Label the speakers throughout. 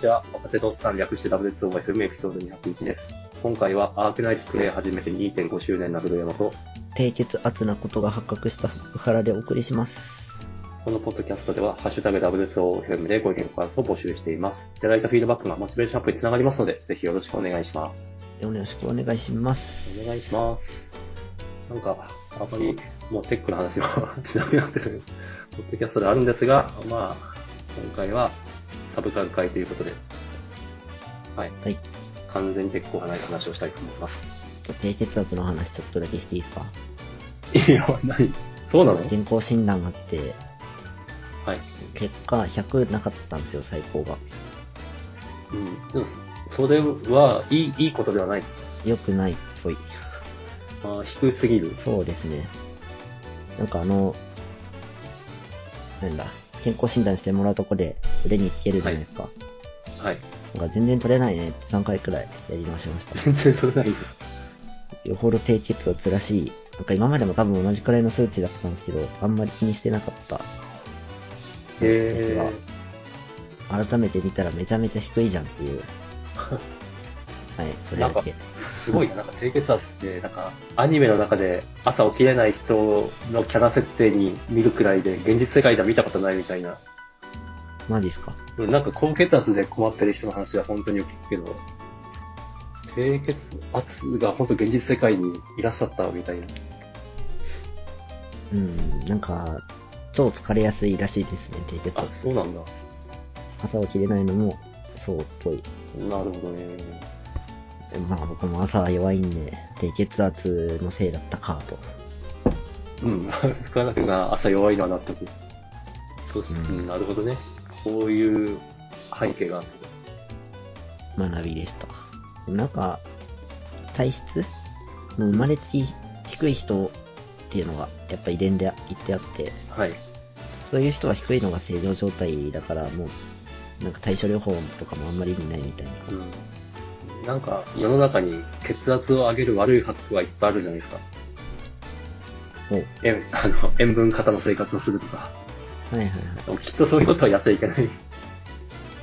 Speaker 1: ちは。若手ドッサン略して W2OFM エピソード201です。今回はアークナイツプレイ始めて2.5周年な黒山と、
Speaker 2: 低血圧なことが発覚した福原でお送りします。
Speaker 1: このポッドキャストでは、ハッシュタグ W2OFM でご意見ご感想を募集しています。いただいたフィードバックがモチベーションアップにつながりますので、ぜひよろしくお願いします。
Speaker 2: よろしくお願いします。
Speaker 1: お願いします。なんか、あまりもうテックの話は しなくなってる、ポッドキャストであるんですが、まあ、今回はサブカル会ということで、はい。はい、完全に結構離れた話をしたいと思います。
Speaker 2: 低血圧の話ちょっとだけしていいですか
Speaker 1: いや、何そうなの
Speaker 2: 健康診断があって、
Speaker 1: はい。
Speaker 2: 結果100なかったんですよ、最高が。
Speaker 1: うん。でも、それは、いい、いいことではない。
Speaker 2: 良くないっぽい。
Speaker 1: あ低すぎる。。
Speaker 2: そうですね。なんかあの、なんだ、健康診断してもらうとこで腕につけるじゃないですか。はい
Speaker 1: はい、
Speaker 2: なんか全然取れないねって3回くらいやり直しました。
Speaker 1: 全然取れないよ。
Speaker 2: よほど低血圧らしい。なんか今までも多分同じくらいの数値だったんですけど、あんまり気にしてなかった。
Speaker 1: ですが、
Speaker 2: 改めて見たらめちゃめちゃ低いじゃんっていう。はい、それだけ。
Speaker 1: すごいな、なんか低血圧って、なんかアニメの中で朝起きれない人のキャラ設定に見るくらいで、現実世界では見たことないみたいな。
Speaker 2: マジっすか
Speaker 1: なんか高血圧で困ってる人の話は本当によく聞くけど、低血圧が本当現実世界にいらっしゃったみたいな。
Speaker 2: うん、なんか、超疲れやすいらしいですね、低血圧。
Speaker 1: あ、そうなんだ。
Speaker 2: 朝起きれないのも、そうっぽい。
Speaker 1: なるほどね。
Speaker 2: まあ僕も朝弱いんで、低血圧のせいだったかと。。
Speaker 1: うん、 深田君が朝弱いのは納得。そして、うん、なるほどね。こういう背景があって
Speaker 2: 学びでした。なんか、体質生まれつき低い人っていうのが、やっぱ遺伝で言ってあって、
Speaker 1: はい。
Speaker 2: そういう人は低いのが正常状態だから、もう、なんか対処療法とかもあんまり意味ないみたいな。
Speaker 1: うんなんか世の中に血圧を上げる悪いハックはいっぱいあるじゃないですか。塩あの塩分過多の生活をするとか。
Speaker 2: はいはいはい。
Speaker 1: きっとそういうことはやっちゃいけない。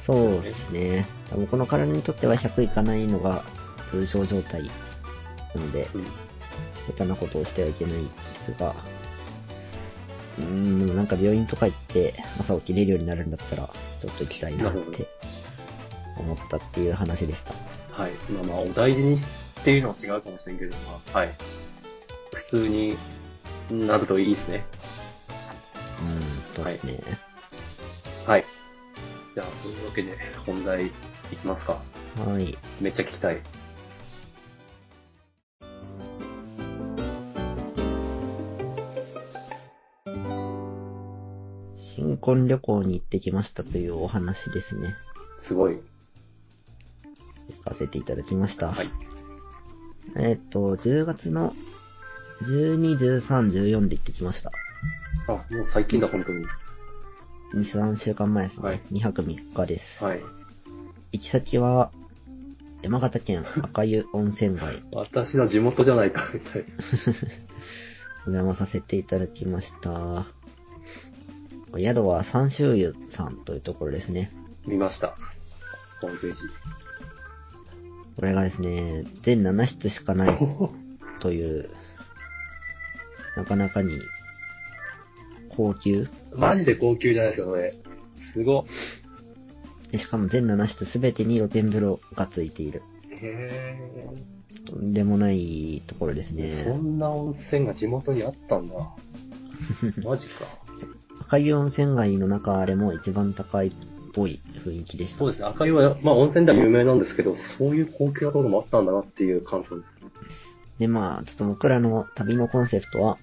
Speaker 2: そうですね。僕の体にとっては100いかないのが通常状態なので、うん、下手なことをしてはいけないですが、うーん、なんか病院とか行って朝起きれるようになるんだったら、ちょっと行きたいなって思ったっていう話でした。
Speaker 1: はい。まあまあ、お大事にしていうのは違うかもしれんけど、まあ、はい。普通になるといいですね。
Speaker 2: うん、そうですね、
Speaker 1: はい。はい。じゃあ、そういうわけで本題いきますか。
Speaker 2: はい。
Speaker 1: めっちゃ聞きたい。
Speaker 2: 新婚旅行に行ってきましたというお話ですね。
Speaker 1: すごい。
Speaker 2: 行かせていただきました。
Speaker 1: はい、
Speaker 2: えっ、ー、と、10月の12、13、14で行ってきました。
Speaker 1: あ、もう最近だ、本当に。
Speaker 2: 2、3週間前ですね。はい、2泊3日です。
Speaker 1: はい。
Speaker 2: 行き先は、山形県赤湯温泉街。
Speaker 1: 私の地元じゃないか、 みたいな。
Speaker 2: お邪魔させていただきました。宿は三州湯さんというところですね。
Speaker 1: 見ました。ホームページ。
Speaker 2: これがですね、全7室しかないという、なかなかに高級。
Speaker 1: マジで高級じゃないですか、これ。すご。
Speaker 2: でしかも全7室すべてに露天風呂がついている。
Speaker 1: へ
Speaker 2: ー。とんでもないところですね。
Speaker 1: そんな温泉が地元にあった んだ。マジか。
Speaker 2: 赤湯温泉街の中でも一番高いぽい雰囲気でした。
Speaker 1: そうですね。赤湯は、まあ温泉では有名なんですけど、そういう高級なところもあったんだなっていう感想ですね。
Speaker 2: で、まあ、ちょっと僕らの旅のコンセプトは、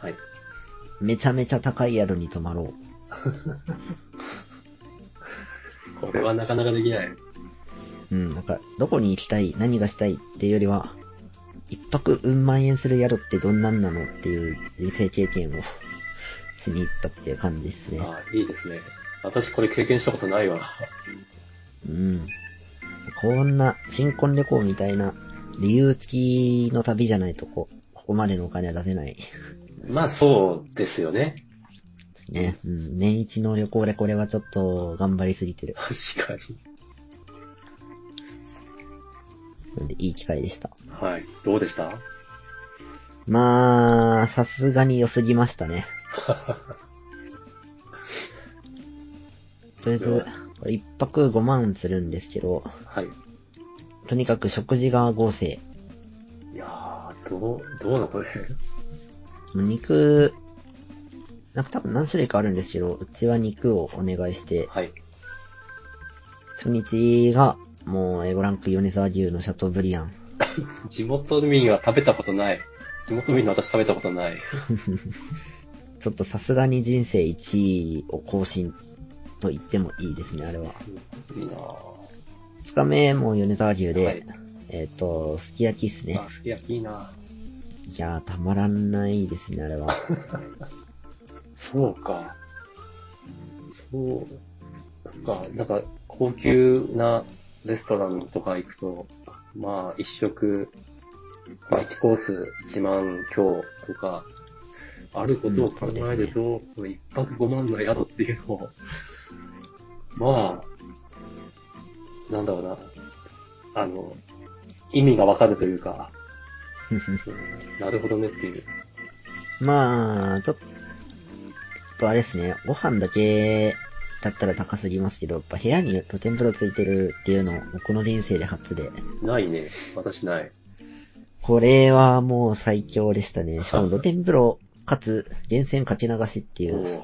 Speaker 1: はい。
Speaker 2: めちゃめちゃ高い宿に泊まろう。
Speaker 1: これはなかなかできない。
Speaker 2: うん、なんか、どこに行きたい、何がしたいっていうよりは、一泊うん万円する宿ってどんなんなのっていう人生経験を しに行ったっていう感じですね。
Speaker 1: ああ、いいですね。私これ経験したことないわ。
Speaker 2: うん。こんな新婚旅行みたいな理由付きの旅じゃないとこ、ここまでのお金は出せない。
Speaker 1: まあそうですよね。
Speaker 2: ね、うん。年一の旅行でこれはちょっと頑張りすぎてる。
Speaker 1: 確かに。
Speaker 2: なんで、いい機会でした。
Speaker 1: はい。どうでした
Speaker 2: まあ、さすがに良すぎましたね。とりあえず、これ一泊5万するんですけど、
Speaker 1: はい。
Speaker 2: とにかく食事が合成。
Speaker 1: いやー、どう、どうなのこれ。
Speaker 2: もう肉、なんか多分何種類かあるんですけど、うちは肉をお願いして、
Speaker 1: はい。
Speaker 2: 初日が、もう A5 ランク米沢牛のシャトーブリアン。
Speaker 1: 地元民は食べたことない。地元民の私食べたことない。
Speaker 2: ちょっとさすがに人生1位を更新と言ってもいいですね、あれは。
Speaker 1: いいなぁ。
Speaker 2: 2日目も米沢牛で、
Speaker 1: はい
Speaker 2: えっ、と、すき焼きっすね
Speaker 1: あ、。すき焼きいいなぁ。
Speaker 2: いやー、たまらないですね、あれは。
Speaker 1: そうか。そう。か、なんか、高級なレストランとか行くと、まあ、一食、まあ、一コース1万強とか、あることを考えると、この一泊5万の宿っていうのを、まあ、なんだろうな、あの、意味がわかるというか、うんなるほどねっていう。
Speaker 2: まあ、ちょっとあれですね、ご飯だけだったら高すぎますけど、やっぱ部屋に露天風呂ついてるっていうの、僕の人生で初で。
Speaker 1: ないね。私ない。
Speaker 2: これはもう最強でしたね。しかも露天風呂、かつ、源泉かけ流しっていうう、
Speaker 1: ん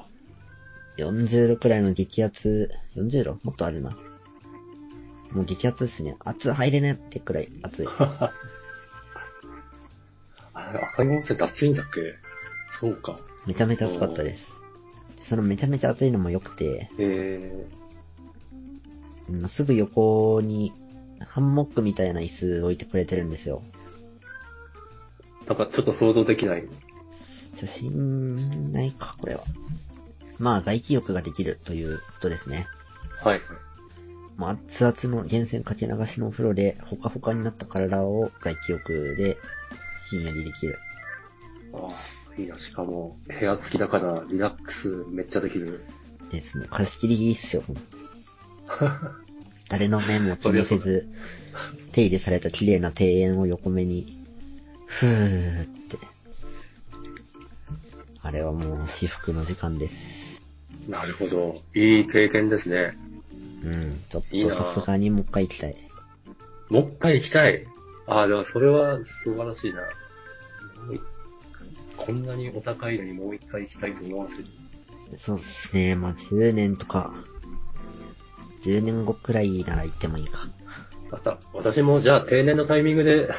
Speaker 2: 40度くらいの激圧、40度もっとあるな。もう激圧ですね。熱入れないってくらい熱い。
Speaker 1: あれ、赤い温泉って暑いんだっけそうか。
Speaker 2: めちゃめちゃ暑かったです。そのめちゃめちゃ暑いのも良くて、
Speaker 1: え
Speaker 2: うんすぐ横にハンモックみたいな椅子置いてくれてるんですよ。
Speaker 1: ー、なんかちょっと想像できない。
Speaker 2: 写真ないか、これは。まあ、外気浴ができるということですね。
Speaker 1: はい。
Speaker 2: まあ、熱々の源泉かけ流しのお風呂で、ほかほかになった体を外気浴でひんやりできる。
Speaker 1: ああ、いいな。しかも、部屋付きだからリラックスめっちゃできる。
Speaker 2: です。もう貸し切りっすよ、 ほんと誰の目も気にせず、手入れされた綺麗な庭園を横目に、ふーって。あれはもう至福の時間です。
Speaker 1: なるほど。いい経験ですね。
Speaker 2: うん、ちょっ
Speaker 1: いい
Speaker 2: と
Speaker 1: な
Speaker 2: さすがにもう一回行きたい。
Speaker 1: もう一回行きたい。ああ、でもそれは素晴らしいな。もう一こんなにお高いのにもう一回行きたいと思わせる。
Speaker 2: そうですね。まあ、10年とか、10年後くらいなら行ってもいいか。
Speaker 1: また、私もじゃあ定年のタイミング で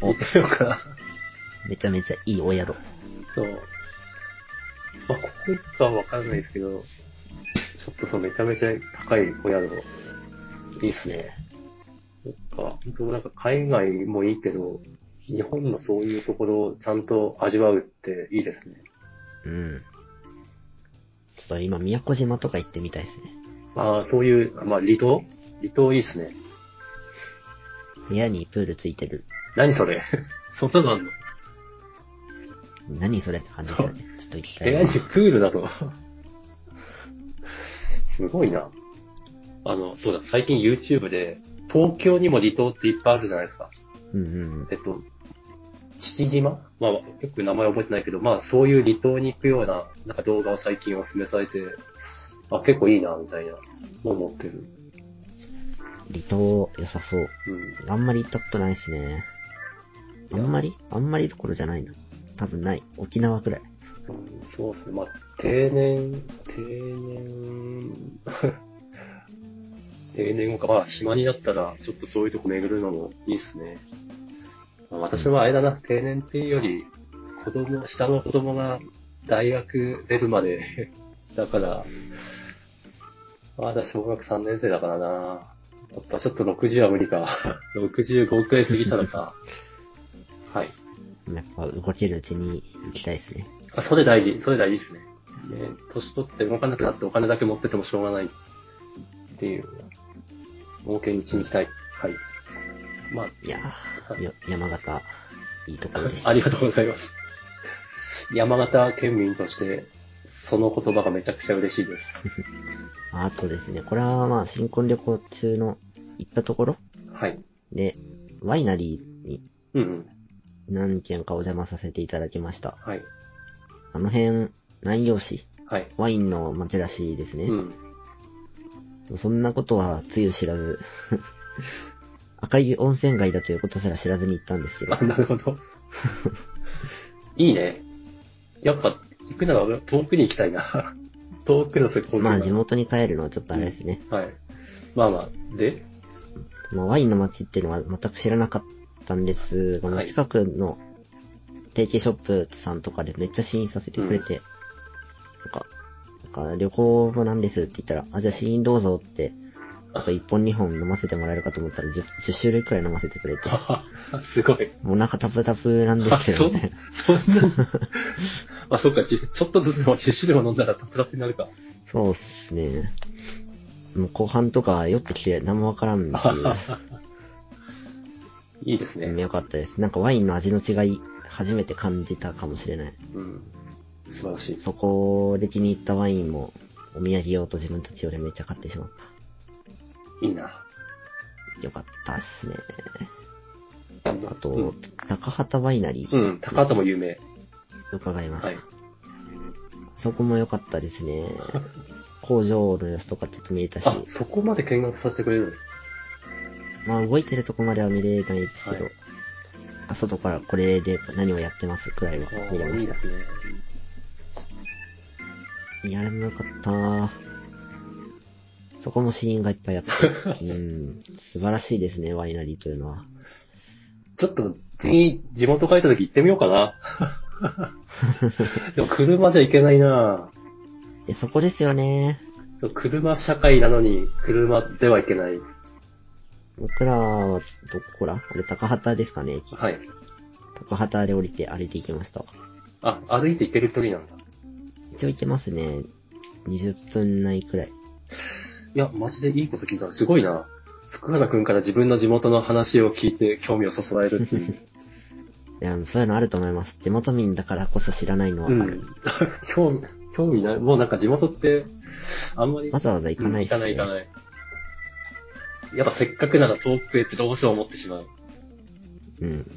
Speaker 1: 行ってみようかな。
Speaker 2: めちゃめちゃいいお宿。
Speaker 1: そう。まあ、ここ行くかはわからないですけど、ちょっとそう、めちゃめちゃ高いお宿、いいっすね。そっか、本当なんか海外もいいけど、日本のそういうところをちゃんと味わうっていいですね。
Speaker 2: うん。ちょっと今、宮古島とか行ってみたいですね。
Speaker 1: ああ、そういう、まあ、離島離島いいっすね。
Speaker 2: 部屋にプールついてる。
Speaker 1: 何それ そんなのあんの
Speaker 2: 何それって感じですよ ね。ちょっと行きた
Speaker 1: 部
Speaker 2: い
Speaker 1: 屋に
Speaker 2: な。
Speaker 1: プールだと。 すごいな。あの、そうだ、最近 YouTube で、東京にも離島っていっぱいあるじゃないですか。
Speaker 2: うんうん。
Speaker 1: えっと、父島まあ、よく名前覚えてないけど、まあ、そういう離島に行くような、なんか動画を最近お勧めされて、あ、結構いいな、みたいな、思ってる。
Speaker 2: 離島良さそう。
Speaker 1: うん。
Speaker 2: あんまり行ったことないですね。あんまりあんまりどころじゃないな。多分ない。沖縄くらい。
Speaker 1: うんそうっすね。まあ、定年、定年、 定年後か。まあ、暇になったら、ちょっとそういうとこ巡るのもいいっすね。まあ、私はあれだな、定年っていうより、子供、下の子供が大学出るまで、 だから、まだ小学3年生だからな。やっぱちょっと60は無理か。65くらい過ぎたらか。はい。
Speaker 2: やっぱ動けるうちに行きたいですね。
Speaker 1: あ、それ大事、それ大事ですね。ね年取って動かなくなってお金だけ持っててもしょうがないっていう、儲け道に行きたい。はい。まあ、
Speaker 2: いやー、よ山形、いいところでした。
Speaker 1: ありがとうございます。山形県民として、その言葉がめちゃくちゃ嬉しいです。
Speaker 2: あとですね、これはまあ新婚旅行中の行ったところ
Speaker 1: はい。
Speaker 2: で、ワイナリーに
Speaker 1: うんうん。
Speaker 2: 何件かお邪魔させていただきました。
Speaker 1: はい。
Speaker 2: あの辺、南陽市、
Speaker 1: はい。
Speaker 2: ワインの町らしいですね。
Speaker 1: うん。
Speaker 2: そんなことは、つゆ知らず、 赤い温泉街だということすら知らずに行ったんですけど
Speaker 1: あ、、なるほど。いいね。やっぱ、行くなら俺遠くに行きたいな。遠くの世界
Speaker 2: まあ地元に帰るのはちょっとあれですね。
Speaker 1: はい。まあまあ、で、
Speaker 2: まあワインの街っていうのは全く知らなかったんですが、
Speaker 1: はい
Speaker 2: まあ近くの定期ショップさんとかでめっちゃ試飲させてくれて、なんか、なんか旅行もなんですって言ったら、あ、じゃあ試飲どうぞって、なんか1本2本飲ませてもらえるかと思ったら 10, 10種類くらい飲ませてくれて、
Speaker 1: すごい。
Speaker 2: もうなんかタプタプなんで
Speaker 1: あ、
Speaker 2: すけど、
Speaker 1: そ
Speaker 2: みたいな。
Speaker 1: ん、そんな に。あ、そうか、じちょっとずつでも10種類も飲んだらプラスになるか。
Speaker 2: そうっすね。もう後半とか酔ってきて何もわからんっ ていう。
Speaker 1: いいですね。
Speaker 2: よかったです。なんかワインの味の違い、初めて感じたかもしれない。
Speaker 1: うん。素晴らしい。
Speaker 2: そこで気に入ったワインも、お土産用と自分たち用でめっちゃ買ってしまっ
Speaker 1: いいな。
Speaker 2: た。よかったっすね。
Speaker 1: あ
Speaker 2: あと、高畑ワイナリー、
Speaker 1: うん、うん、高畑も有名。
Speaker 2: 伺いました。
Speaker 1: はい。
Speaker 2: そこも良かったで すね。工場の様子とかちょっと見えたし、
Speaker 1: あ、そこまで見学させてくれる
Speaker 2: まあ動いてるとこまでは見れないですけど、
Speaker 1: はい
Speaker 2: あ外からこれで何をやってますくらいは
Speaker 1: の
Speaker 2: 見れま
Speaker 1: いい
Speaker 2: した
Speaker 1: で。すね。
Speaker 2: いや、でもよかった。そこも死因がいっぱいあっ て。うん。素晴らしいですね、ワイナリーというのは。
Speaker 1: ちょっと、次、地元帰った時行ってみようか な。でも車じゃ行けないない
Speaker 2: や、そこですよね。
Speaker 1: 車社会なのに、車では行けない。
Speaker 2: 僕らは、どこらあれ、高畑ですかね、駅。
Speaker 1: はい。
Speaker 2: 高畑で降りて歩いていきました。
Speaker 1: あ、歩いて行ける距離なんだ。
Speaker 2: 一応行けますね。20分ないくらい。
Speaker 1: いや、マジでいいこと聞いた。すごいな。福原くんから自分の地元の話を聞いて興味をそそられるっていう。
Speaker 2: いや、そういうのあると思います。地元民だからこそ知らないのはあ
Speaker 1: う
Speaker 2: る。
Speaker 1: ん。 興味、興味ない。もうなんか地元って、あんまり、
Speaker 2: わざわざ行かない
Speaker 1: 行
Speaker 2: です
Speaker 1: か
Speaker 2: ね
Speaker 1: ない行かない。やっぱせっかくなら遠くへってどうしても思ってしまう。
Speaker 2: うん。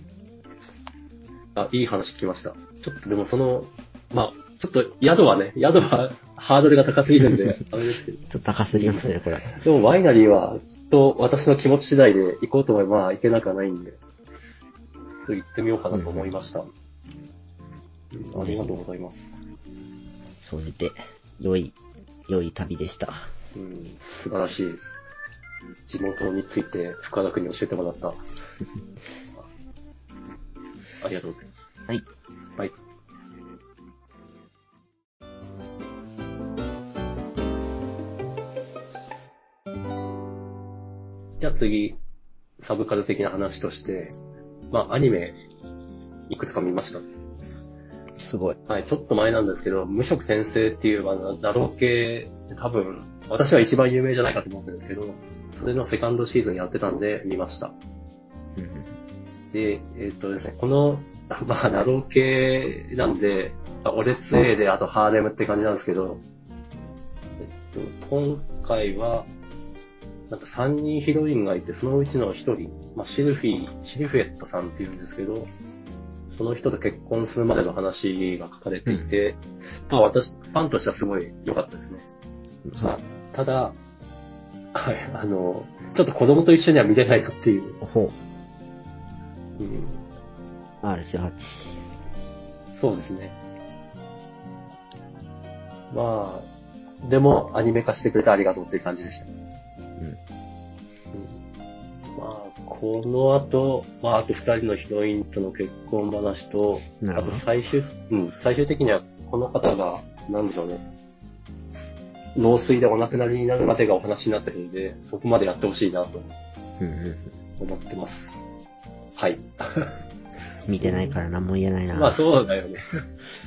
Speaker 1: あ、いい話聞きました。ちょっとでもその、まあ、ちょっと宿はね、宿はハードルが高すぎ るんで、あれですけど。
Speaker 2: ちょっと高すぎますね、これ。
Speaker 1: でもワイナリーはきっと私の気持ち次第で行こうと思えばまあ行けなくはないんで、ちょっと行ってみようかなと思いました。うんありがとうございます。
Speaker 2: 総じて、良い、良い旅でした。
Speaker 1: うん、素晴らしい。地元について深田君に教えてもら った。ありがとうございます。
Speaker 2: はい。
Speaker 1: はい。じゃあ次、サブカル的な話として、まあアニメ、いくつか見ました。
Speaker 2: すごい。
Speaker 1: はい、ちょっと前なんですけど、無色転生っていう、まあ、ナロー系、多分、私は一番有名じゃないかと思うんですけど、それのセカンドシーズンやってたんで見ました。
Speaker 2: うん
Speaker 1: で、えっ、とですね、この、まあ、ナロー系なんで、あ俺杖で、あとハーレムって感じなんですけど、えっと、今回は、なんか3人ヒロインがいて、そのうちの1人、まあ、シルフィ、シルフェットさんっていうんですけど、その人と結婚するまでの話が書かれていて、まあ私、ファンとしてはすごい良かったですね。まあ、ただ、はい、あの、ちょっと子供と一緒には見れないなっていう。
Speaker 2: ほ
Speaker 1: うん
Speaker 2: う。R18。
Speaker 1: そうですね。まあ、でも、アニメ化してくれてありがとうっていう感じでした。
Speaker 2: うん。
Speaker 1: うんまあ、この後、まあ、あと二人のヒロインとの結婚話と、
Speaker 2: な
Speaker 1: あ
Speaker 2: る
Speaker 1: と
Speaker 2: ほど。
Speaker 1: 最終、うん、最終的にはこの方が、なんでしょうね、老衰でお亡くなりになるまでがお話になってるんで、そこまでやってほしいなと
Speaker 2: うんうん。
Speaker 1: 思ってます。はい。
Speaker 2: 見てないから何も言えないな。
Speaker 1: まあそうだよね。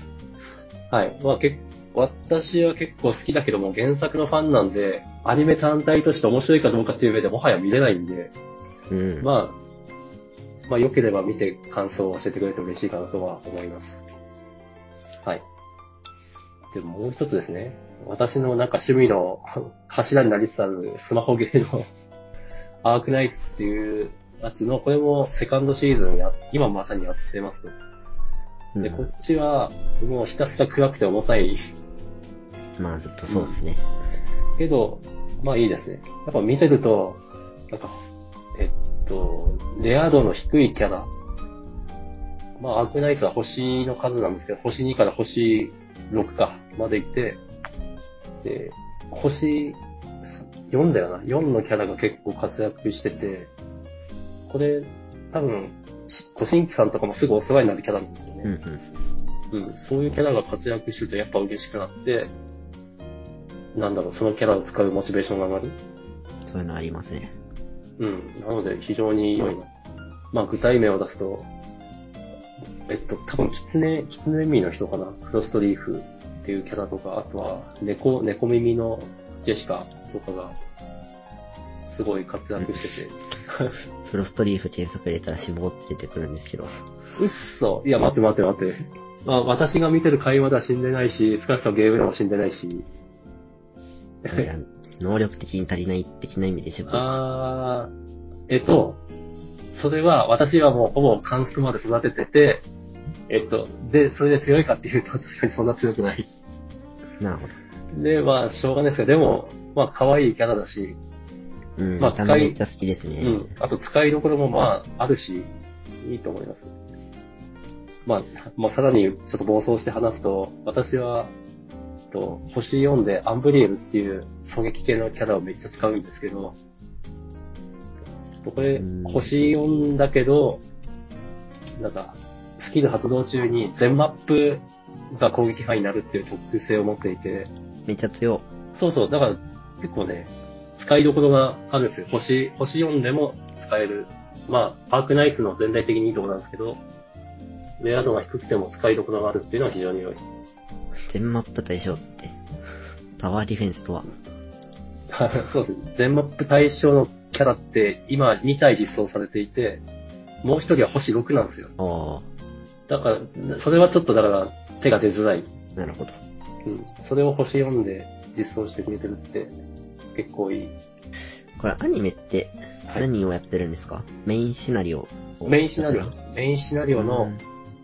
Speaker 1: はい。まあけ私は結構好きだけども、原作のファンなんで、アニメ単体として面白いかどうかっていう上でもはや見れないんで、
Speaker 2: うん。
Speaker 1: まあ、まあ良ければ見て感想を教えてくれて嬉しいかなとは思います。はい。で、もう一つですね。私のなんか趣味 の柱になりつつあるスマホゲーのアークナイツっていうやつの、これもセカンドシーズンや、今まさにやってますと。
Speaker 2: うん
Speaker 1: で、こっちは、もうひたすら暗くて重たい
Speaker 2: まあ、ずっとそうですね。
Speaker 1: けど、まあいいですね。やっぱ見てると、なんか、えっと、レア度の低いキャラ。まあ、アークナイツは星の数なんですけど、星2から星6か、まで行って、で、星4だよな。4のキャラが結構活躍してて、これ、多分、ご新規さんとかもすぐお世話になるキャラなんですよね。
Speaker 2: うん、うん。
Speaker 1: うん、そういうキャラが活躍してるとやっぱ嬉しくなって、なんだろう、そのキャラを使うモチベーションが上がる。
Speaker 2: そういうのありますね。
Speaker 1: うん、なので非常に良いな。まあ具体名を出すと、えっと、多分、キツネ、キツネ耳の人かな。クロストリーフっていうキャラとか、あとは、猫、猫耳のジェシカとかが、すごい活躍してて。
Speaker 2: フロストリーフ検索入れたら死亡って出てくるんですけ ど。
Speaker 1: うっそいや、待って待って待って。まあ、私が見てる会話では死んでないし、少なくともゲームでも死んでないし、
Speaker 2: いや能力的に足りない的な意味で死亡。
Speaker 1: あー、えっと、それは私はもうほぼ関数まで育ててて、えっと、で、それで強いかっていうと確かにそんな強くない。
Speaker 2: なるほど。
Speaker 1: で、まあ、しょうがないですけど、でも、まあ、可愛いキャラだし、
Speaker 2: うん。
Speaker 1: まあ
Speaker 2: ま
Speaker 1: 使
Speaker 2: あ、
Speaker 1: い
Speaker 2: めっちゃ好きですね。
Speaker 1: うん。あと、使いどころもまあ、あるし、いいと思います。まあ、もうさらにちょっと暴走して話すと、私は、えっと星4でアンブリエルっていう狙撃系のキャラをめっちゃ使うんですけど、これ
Speaker 2: うん、
Speaker 1: 星4だけど、なんか、スキル発動中に全マップが攻撃範囲になるっていう特性を持っていて、
Speaker 2: めっちゃ強。
Speaker 1: そうそう、だから結構ね、使いどころがあるんですよ。星、星4でも使える。まあ、アークナイツの全体的にいいところなんですけど、レア度が低くても使いどころがあるっていうのは非常に良い。
Speaker 2: 全マップ対象って。タワーディフェンスとは。
Speaker 1: そうですね。全マップ対象のキャラって今2体実装されていて、もう1人は星6なんですよ。
Speaker 2: あ
Speaker 1: だから、それはちょっとだから手が出づらい。
Speaker 2: あ、なるほど。
Speaker 1: うん。それを星4で実装してくれてるって結構いい。
Speaker 2: これアニメって何をやってるんですか、メインシナリオを
Speaker 1: メインシナリオです。メインシナリオの、
Speaker 2: うん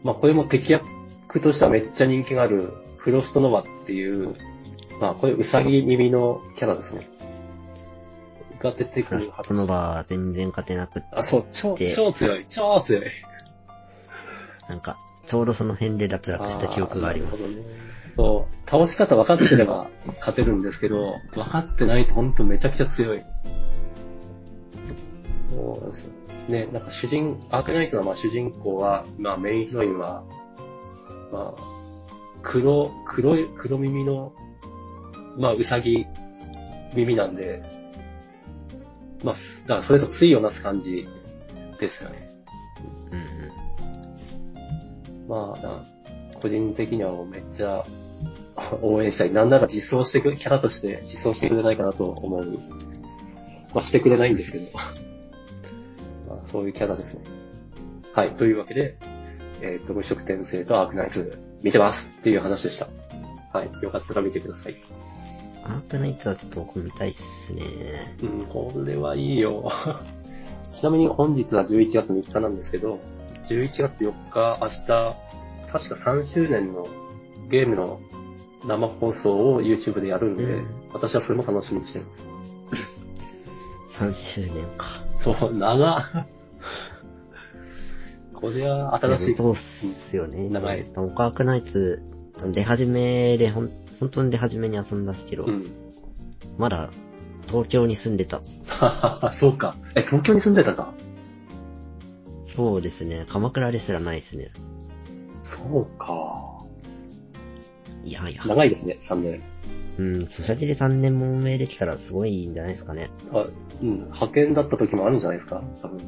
Speaker 1: まあ、これも敵役としてはめっちゃ人気がある、フロストノバっていう、まあ、これ、ウサギ耳のキャラですね。が出てく
Speaker 2: プラ
Speaker 1: る
Speaker 2: ストノバは全然勝てなくって
Speaker 1: あ、そう、超、
Speaker 2: で
Speaker 1: 超強い、超強い。
Speaker 2: なんか、ちょうどその辺で脱落した記憶があります。
Speaker 1: ー。なるほどねそう、倒し方分かってれば勝てるんですけど、分かってないと本当めちゃくちゃ強い。そうなんですよ。ね、なんか主人、アークナイツのまあ主人公は、まあメインヒロインは、まあ、黒、黒い、黒耳の、まあウサギ耳なんで、まあ、すだからそれと対をなす感じですよね。
Speaker 2: うんうん
Speaker 1: まあな、個人的にはもうめっちゃ 応援したい。なんなら実装してくれ、キャラとして実装してくれないかなと思う。まあしてくれないんですけど。 まあそういうキャラですね。はい。というわけで、えっ、と、無色転生とアークナイツ見てますっていう話でした。はい。よかったら見てください。
Speaker 2: アークナイトはちょっと僕見たいっすね。
Speaker 1: うん、これはいいよ。 ちなみに本日は11月3日なんですけど、11月4日、明日、確か3周年のゲームの生放送を YouTube でやるんで、
Speaker 2: うん
Speaker 1: 私はそれも楽しみにしてます。
Speaker 2: 3周年か。
Speaker 1: そう、長っ これは新し
Speaker 2: で
Speaker 1: い。
Speaker 2: もそうっすよね。
Speaker 1: 長い
Speaker 2: 僕アークナイツ、出始めで、ほん、本当に出始めに遊んだんですけど、
Speaker 1: うん。
Speaker 2: まだ東京に住んでた。
Speaker 1: そうか。え、東京に住んでたか
Speaker 2: そうですね。鎌倉ですらないですね。
Speaker 1: そうか。
Speaker 2: いやいや。
Speaker 1: 長いですね、3年。
Speaker 2: うん、ソシャゲで3年も運営できたらすごいんじゃないですかね。
Speaker 1: あうん、派遣だった時もあるんじゃないですか多分。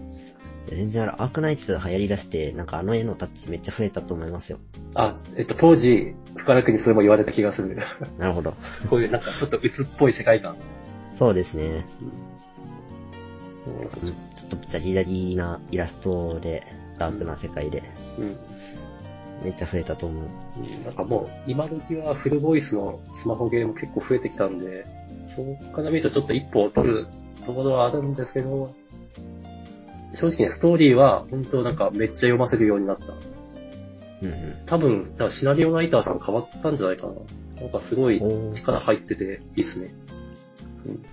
Speaker 2: 全然あれ、アークナイツ流行り出して、なんかあの絵のタッチめっちゃ増えたと思いますよ。
Speaker 1: あ、えっと、当時、深楽にそれも言われた気がする。
Speaker 2: なるほど。
Speaker 1: こういうなんかちょっと鬱っぽい世界観。
Speaker 2: そうですね。うんちょっとダリダリなイラストで、ダークな世界で、
Speaker 1: うん。
Speaker 2: めっちゃ増えたと思う。
Speaker 1: なんかもう、今時はフルボイスのスマホゲーム結構増えてきたんで、そこから見るとちょっと一歩を取るところはあるんですけど、正直ね、ストーリーは、本当なんかめっちゃ読ませるようになった。
Speaker 2: うん
Speaker 1: 多分、だからシナリオライターさん変わったんじゃないかな。なんかすごい
Speaker 2: おー
Speaker 1: 力入ってていいっすね。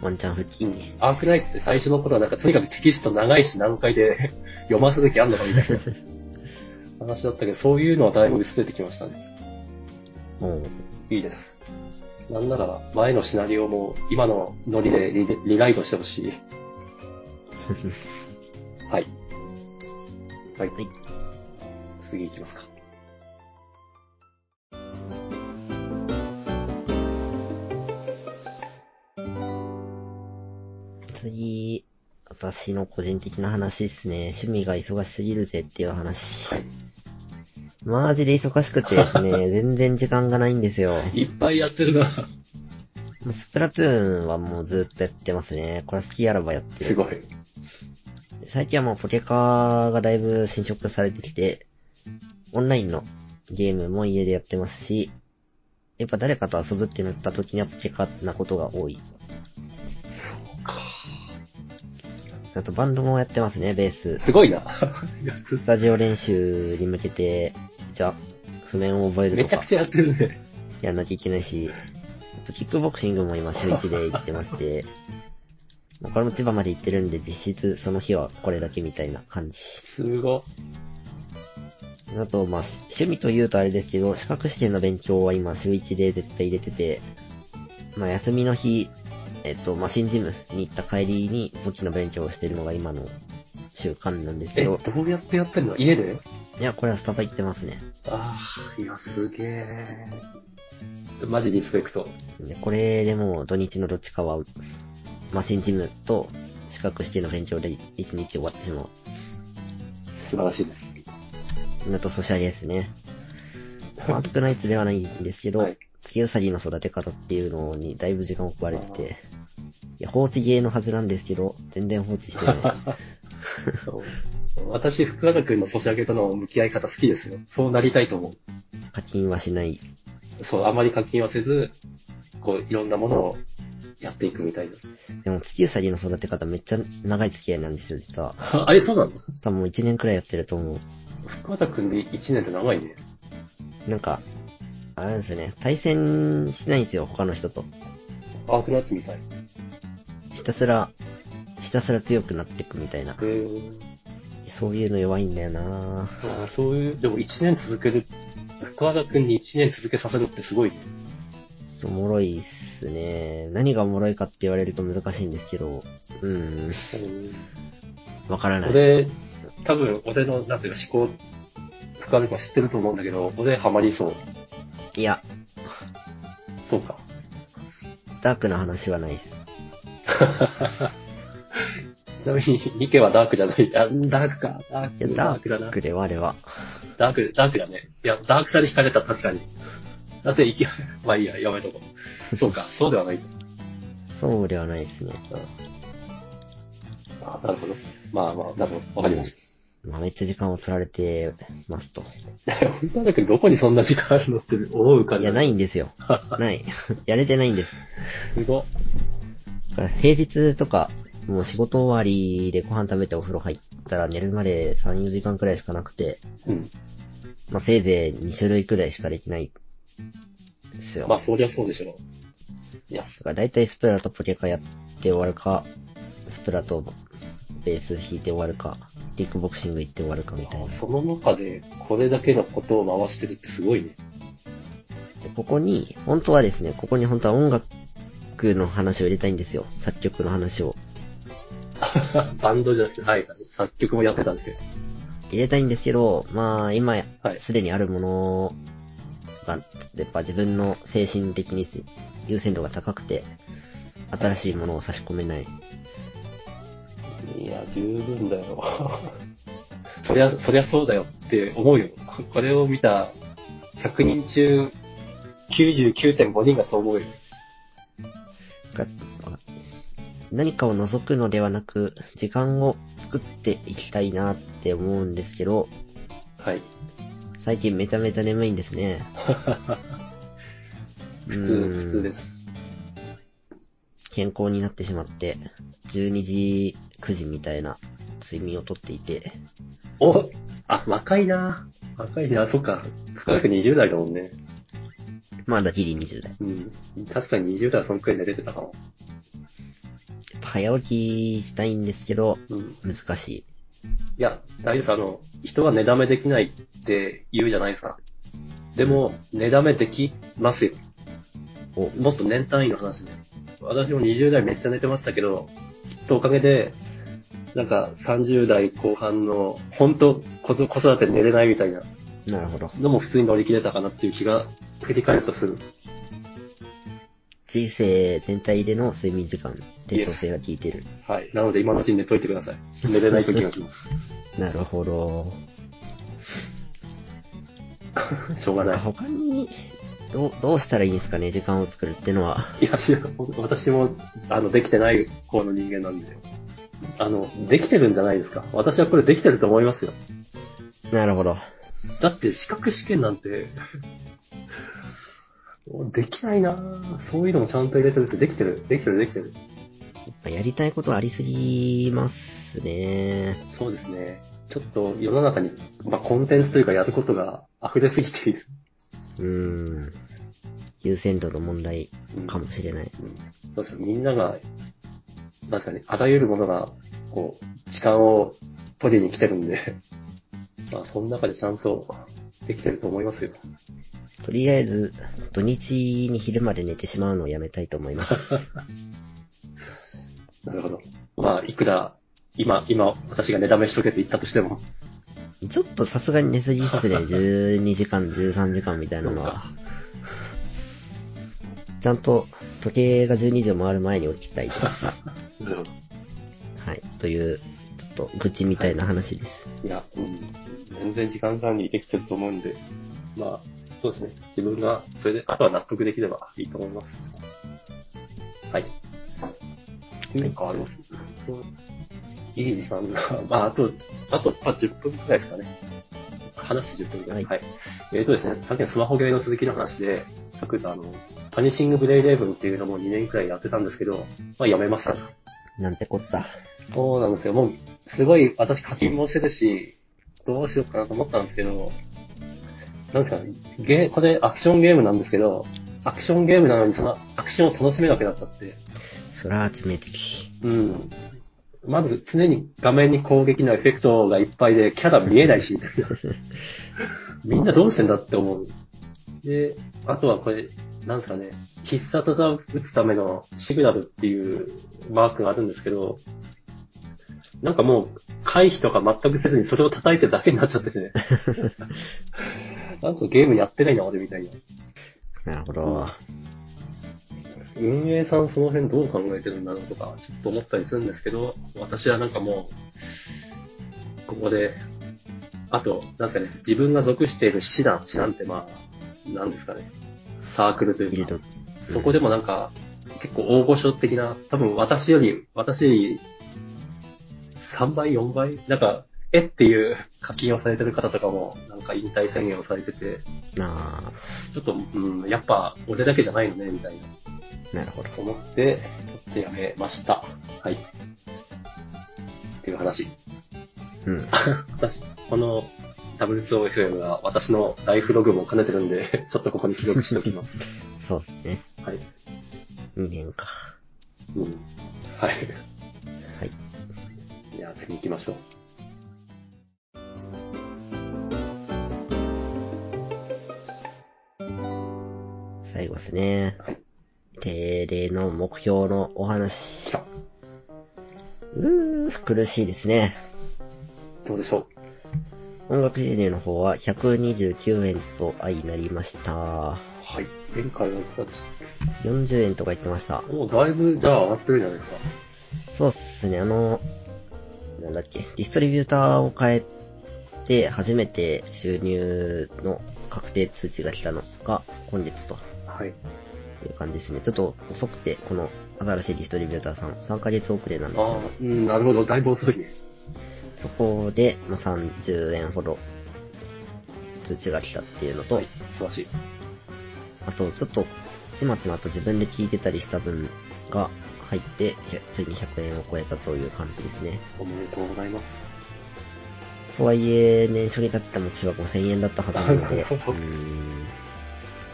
Speaker 2: ワンチャン復帰。
Speaker 1: うん。アークナイツって最初の頃はなんかとにかくテキスト長いし難解で 読ますときあんのかみたいな話だったけど、そういうのはだいぶ薄れてきましたね。
Speaker 2: おう
Speaker 1: いいです。なんなら前のシナリオも今のノリでリリライトしてほ しい。はい。はい。
Speaker 2: はい
Speaker 1: 次行きますか。
Speaker 2: 次、私の個人的な話ですね。趣味が忙しすぎるぜっていう話。マジで忙しくてで すね、全然時間がないんですよ。
Speaker 1: いっぱいやってるな。
Speaker 2: もうスプラトゥーンはもうずっとやってますね。これは好きあらばやってる。
Speaker 1: すごい。
Speaker 2: 最近はもうポケカーがだいぶ侵食されてきて、オンラインのゲームも家でやってますし、やっぱ誰かと遊ぶってなった時にはポケカなことが多い。
Speaker 1: そうか。
Speaker 2: あとバンドもやってますね、ベース。
Speaker 1: すごいな。 いやつ
Speaker 2: スタジオ練習に向けて、じゃあ、譜面を覚える
Speaker 1: め
Speaker 2: と
Speaker 1: ちゃ
Speaker 2: か
Speaker 1: くちゃやってるね。
Speaker 2: やんなきゃいけないし、あとキックボクシングも今週1で行ってまして、まあこれも千葉まで行ってるんで実質その日はこれだけみたいな感じ。
Speaker 1: すご。
Speaker 2: あと、まあ、趣味というとあれですけど、資格試験の勉強は今、週1で絶対入れてて、まあ、休みの日、えっと、まあ、新ジムに行った帰りに、簿記の勉強をしてるのが今の習慣なんですけ
Speaker 1: え、ど
Speaker 2: ど、
Speaker 1: うやってやってんの家で
Speaker 2: いや、これはスタバ行ってますね。
Speaker 1: ああ、いや、すげえ。マジリスペクト。
Speaker 2: でこれでもう土日のどっちかは、まあ、新ジムと資格試験の勉強で一日終わってしまう。
Speaker 1: 素晴らしいです。
Speaker 2: あと、ソシャゲですね。まあ、アークナイツではないんですけど、
Speaker 1: はい
Speaker 2: 月ウサギの育て方っていうのにだいぶ時間を食われてて、いや、放置ゲーのはずなんですけど、全然放置し てない。
Speaker 1: そう私、福原君のソシャゲとの向き合い方好きですよ。そうなりたいと思
Speaker 2: 課金はしない。
Speaker 1: う。そう、あまり課金はせず、こう、いろんなものをやっていくみたいな。
Speaker 2: でも、月ウサギの育て方めっちゃ長い付き合いなんですよ、実は。
Speaker 1: あれ、そうなの
Speaker 2: 多分もう1年くらいやってると思
Speaker 1: 福原君で1年って長いね。
Speaker 2: う。なんか、あれなんですよね、対戦しないんですよ、他の人と。
Speaker 1: アークナイツみたい。
Speaker 2: ひたすら、ひたすら強くなっていくみたいな。
Speaker 1: へー
Speaker 2: そういうの弱いんだよな
Speaker 1: あーそういう、でも1年続ける、福原君に1年続けさせるってすごいね。
Speaker 2: ちょっとおもろいっすね。何がおもろいかって言われると難しいんですけど、うん、わからない。
Speaker 1: 俺、多分、俺の、なんていうか思考、福原君は知ってると思うんだけど、俺ハマりそう。
Speaker 2: いや、
Speaker 1: そうか。
Speaker 2: ダークな話はないっす。
Speaker 1: ちなみに、ニケはダークじゃない。あ、ダークか。ダ
Speaker 2: い
Speaker 1: ー
Speaker 2: や、
Speaker 1: ク
Speaker 2: ダ
Speaker 1: ダークだ
Speaker 2: ー
Speaker 1: な。
Speaker 2: クで我は。
Speaker 1: ダーク、ダークだね。いや、ダークさに惹かれた、確かに。だって、いき、 まあいいや、やめとこう。そうか、そうではない。
Speaker 2: そうではないっすね。
Speaker 1: あ、なるほど。まあまあ、なるほど。わかりまし
Speaker 2: まあ、めっちゃ時間を取られてますと。
Speaker 1: た。本当だけど、どこにそんな時間あるのって思うから。。
Speaker 2: いや、ないいんですよ。ない。 やれてないんです。
Speaker 1: すご。
Speaker 2: だから平日とか、もう仕事終わりでご飯食べてお風呂入ったら寝るまで3、4時間くらいしかなくて、
Speaker 1: うん。
Speaker 2: まあ、せいぜい2種類くらいしかできない。ですよ。
Speaker 1: まあ、そりゃそうでしょう。いや、
Speaker 2: だから大体スプラとポケカやって終わるか、スプラとベース弾いて終わるか、キックボクシング行って終わるかみたいな。
Speaker 1: その中で、これだけのことを回してるってすごい ね。
Speaker 2: でここに、本当はですね、ここに本当は音楽の話を入れたいんですよ。作曲の話を。
Speaker 1: バンドじゃなくて、はい。作曲もやってたんで。
Speaker 2: 入れたいんですけど、まあ今、
Speaker 1: はい
Speaker 2: すでにあるものが、やっぱ自分の精神的に優先度が高くて、新しいものを差し込めない。
Speaker 1: いや、十分だよ。 そりゃ、そりゃそうだよって思うよ。これを見た100人中99.5人がそう思うよ。
Speaker 2: が何かを除くのではなく、時間を作っていきたいなって思うんですけど、
Speaker 1: はい。
Speaker 2: 最近めちゃめちゃ眠いんですね。
Speaker 1: 普
Speaker 2: う
Speaker 1: 通、
Speaker 2: ん
Speaker 1: 普通です。
Speaker 2: 健康になってしまって、12時、9時みたいな睡眠をとっていて、
Speaker 1: おあ、若いな若いな、そっか。深学20代だもんね。
Speaker 2: まだギリ20代。
Speaker 1: うん。確かに20代はそんくらい寝れてたかも。
Speaker 2: やっぱ早起きしたいんですけど、
Speaker 1: うん。
Speaker 2: 難しい。
Speaker 1: いや、大丈夫です。あの、人は寝だめできないって言うじゃないですか。でも、寝だめできますよ。
Speaker 2: お、
Speaker 1: もっと年単位の話で。私も20代めっちゃ寝てましたけど、きっとおかげで、なんか30代後半の、本当子子育て寝れないみたいな
Speaker 2: なるほど。
Speaker 1: のも普通に乗り切れたかなっていう気が、振り返るとする。
Speaker 2: 人生全体での睡眠時間で
Speaker 1: Yes
Speaker 2: 調整が効いてる。
Speaker 1: はい。なので今のうちに寝といてください。寝れない時が来 ます。
Speaker 2: なるほど。
Speaker 1: しょうがない。
Speaker 2: 他に、どう、どうしたらいいんですかね、時間を作るってのは。
Speaker 1: いや、し私も、あの、できてない方の人間なんで。あの、できてるんじゃないですか。私はこれできてると思いますよ。
Speaker 2: なるほど。
Speaker 1: だって資格試験なんて、 できないなぁそういうのもちゃんと入れてるって、できてる、できてる、できてる。
Speaker 2: やりたいことありすぎますね。
Speaker 1: そうですね。ちょっと世の中に、まあ、コンテンツというかやることが溢れすぎている。
Speaker 2: うーん。優先度の問題
Speaker 1: うん
Speaker 2: かもしれない。
Speaker 1: うんそうですみんなが、なんですかね、あらゆるものが、こう、時間を取りに来てるんで、 まあ、その中でちゃんとできてると思いますよ。
Speaker 2: とりあえず、土日に昼まで寝てしまうのをやめたいと思い ます。
Speaker 1: なるほど。まあ、いくら、今、今、私が寝だめしとけと言ったとしても、
Speaker 2: ちょっとさすがに寝すぎっすね。12時 間、13時間みたいなのは。ちゃんと時計が12時を回る前に起きたいです。
Speaker 1: なるほど。
Speaker 2: はい。という、ちょっと愚痴みたいな話です。
Speaker 1: いや、うん、全然時間管理できてると思うんで、まあ、そうですね。自分が、それで、あとは納得できればいいと思います。はい。なんかあります、いい時間が、 まあ、あと、あと、まあ、10分くらいですかね。話して10分くらい。
Speaker 2: は
Speaker 1: はいい。えっ、とですね、さっきのスマホゲーの鈴木の話で、さっき言ったあの、パニシングブレイレーブンっていうのも2年くらいやってたんですけど、まあ、やめましたと。
Speaker 2: なんてこった。
Speaker 1: そうなんですよ。もう、すごい、私課金もしてるし、どうしようかなと思ったんですけど、なんですかね、ゲー、これアクションゲームなんですけど、アクションゲームなのにそのアクションを楽しめなくなっちゃって、
Speaker 2: そら致命的。
Speaker 1: うん。まず常に画面に攻撃のエフェクトがいっぱいで、キャラ見えないし、みたいな。みんなどうしてんだって思う。で、あとはこれ、なんですかね、必殺技を打つためのシグナルっていうマークがあるんですけど、なんかもう回避とか全くせずにそれを叩いてるだけになっちゃってて、なんかゲームやってないな、俺みたいな。
Speaker 2: なるほど。
Speaker 1: 運営さんその辺どう考えてるんだろうとか、ちょっと思ったりするんですけど、私はなんかもう、ここで、あと、なんですかね、自分が属している師団、師団ってまあ、なんですかね、サークルと
Speaker 2: ギ
Speaker 1: い
Speaker 2: ル
Speaker 1: うか
Speaker 2: ド、、
Speaker 1: そこでもなんか、結構大御所的な、多分私より、私より、3倍、4倍なんか、えっていう課金をされてる方とかも、なんか引退宣言をされてて、
Speaker 2: なあ
Speaker 1: ちょっと、うん、やっぱ、俺だけじゃないよね、みたいな。
Speaker 2: なるほど。
Speaker 1: 思って、ちょっとやめました。はい。っていう話。
Speaker 2: うん。
Speaker 1: 私、この W2OFM は私のライフログも兼ねてるんで、 ちょっとここに記録しておき ます。
Speaker 2: そうですね。
Speaker 1: はい。
Speaker 2: 人間か。
Speaker 1: うん。はい。
Speaker 2: はい。
Speaker 1: じゃあ次行きましょう。
Speaker 2: 最後ですね。
Speaker 1: はい。
Speaker 2: 定例の目標のお話
Speaker 1: 来。た。
Speaker 2: うー、苦しいですね。
Speaker 1: どうでしょ
Speaker 2: 音楽 CD の方は129円と相なりました。
Speaker 1: うはい。前回はいかがでし
Speaker 2: 40円とか言ってました
Speaker 1: た。もうだいぶ、じゃあ上がってるじゃないですか。
Speaker 2: そうっすね、あの、なんだっけ、ディストリビューターを変えて、初めて収入の確定通知が来たのが今月と
Speaker 1: はい。
Speaker 2: いう感じですね。ちょっと遅くて、この新しいディストリビューターさん、3ヶ月遅れなんです
Speaker 1: ああ
Speaker 2: よ。、
Speaker 1: うん、なるほど。だいぶ遅いね。
Speaker 2: そこで、まあ、30円ほど通知が来たっていうのと、
Speaker 1: はい。素晴らしい。
Speaker 2: あと、ちょっと、ちまちまと自分で聞いてたりした分が、入って、ひゃついに100円を超えたという感じですね。
Speaker 1: おめでとうございます。
Speaker 2: とはいえ、年初に立てた目標は5000円だったはずなので、
Speaker 1: なる
Speaker 2: う
Speaker 1: ほど
Speaker 2: ーん、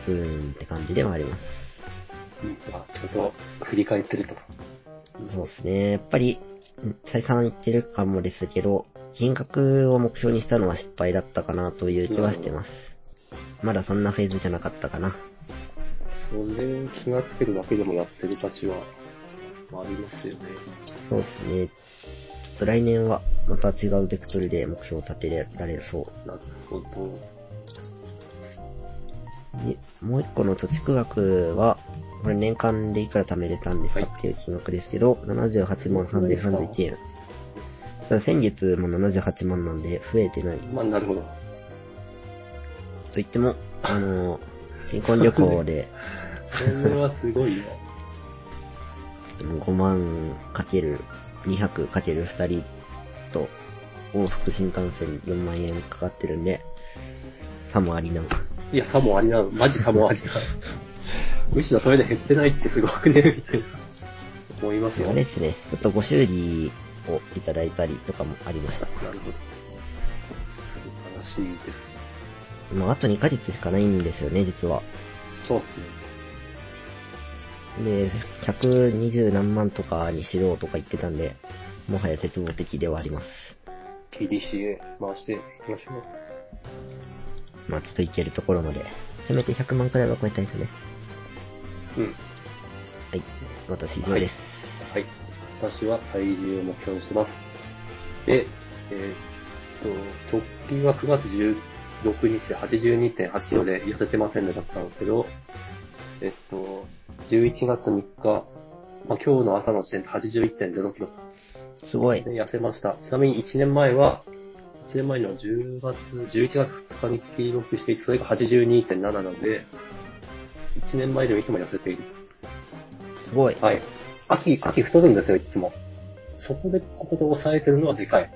Speaker 2: うーんって感じではあります。
Speaker 1: うん、あちゃんと振り返ってると。
Speaker 2: そうですね。やっぱり、うん再三言ってるかもですけど、金額を目標にしたのは失敗だったかなという気はしてます。まだそんなフェーズじゃなかったかな。
Speaker 1: それを気がつけるだけでもやってる価値はありますよね。
Speaker 2: そうですね。ちょっと来年はまた違うベクトルで目標を立てられそ
Speaker 1: なるほど。
Speaker 2: う。にもう一個の貯蓄額は、これ年間でいくら貯めれたんですか
Speaker 1: はい
Speaker 2: っていう金額ですけど、78万3031円。ただ先月も78万なんで増えてない。
Speaker 1: まあ、なるほど。
Speaker 2: と言っても、あの、新婚旅行で、
Speaker 1: それはすごいよ。
Speaker 2: 5万かける2泊かける2人と、往復新幹線4万円かかってるんで、さもありなの。
Speaker 1: いや、さもありなの。マジさもありなの。むしろそれで減ってないってすごくね、みたいな。思いますよ
Speaker 2: あれ
Speaker 1: ね
Speaker 2: で。すね、ちょっとご修理をいただいたりとかもありました。
Speaker 1: なるほど。素晴らしいです。
Speaker 2: まあ、あと2ヶ月しかないんですよね、実は。
Speaker 1: そうっすね。
Speaker 2: で、120何万とかにしろとか言ってたんで、もはや絶望的ではあります。
Speaker 1: KDCA 回していきましょう。
Speaker 2: まあ、ちょっといけるところまで。せめて100万くらいは超えたいですね。
Speaker 1: うん。
Speaker 2: はい。私、以上です。
Speaker 1: はい。私は体重を目標にしてます。で、えーっと、直近は9月16日で82.8キロで痩せてませんでだったんですけど、えっと、11月3日、まあ、今日の朝の時点で81.0キロ
Speaker 2: すごい
Speaker 1: で。痩せました。ちなみに1年前は、1年前の10月、11月2日に記録していて、それが82.7なので、1年前でもいつも痩せている。
Speaker 2: すごい。
Speaker 1: はい。秋、秋太るんですよ、いつも。そこで、ここで抑えてるのはでかい。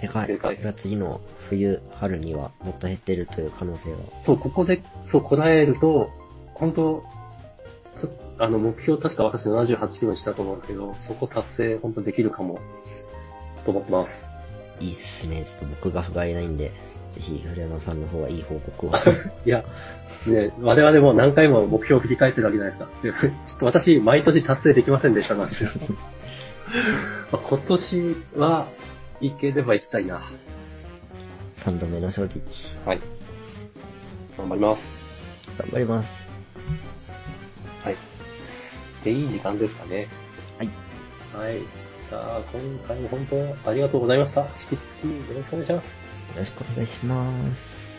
Speaker 2: でかい。
Speaker 1: でかいです
Speaker 2: これは次の冬、春にはもっと減ってるという可能性が。
Speaker 1: そう、ここで、そう、こらえると、本当ちょっとあの、目標確か私78キロにしたと思うんですけど、そこ達成、本当できるかも、と思ってます。
Speaker 2: いいっすね。ちょっと僕が不甲斐ないんで、ぜひ、古山さんの方はいい報告 を。
Speaker 1: いや、ね、我々も何回も目標を振り返ってるわけじゃないですか。 でちょっと私、毎年達成できませんでしたなんですよ。 まあ今年は、いければ行きたいな。
Speaker 2: 3度目の正直。
Speaker 1: はい。頑張ります。
Speaker 2: 頑張ります。
Speaker 1: はい。で、いい時間ですかね。
Speaker 2: はい。
Speaker 1: はい。じゃあ、今回も本当ありがとうございました。引き続きよろしくお願いします。
Speaker 2: よろしくお願いします。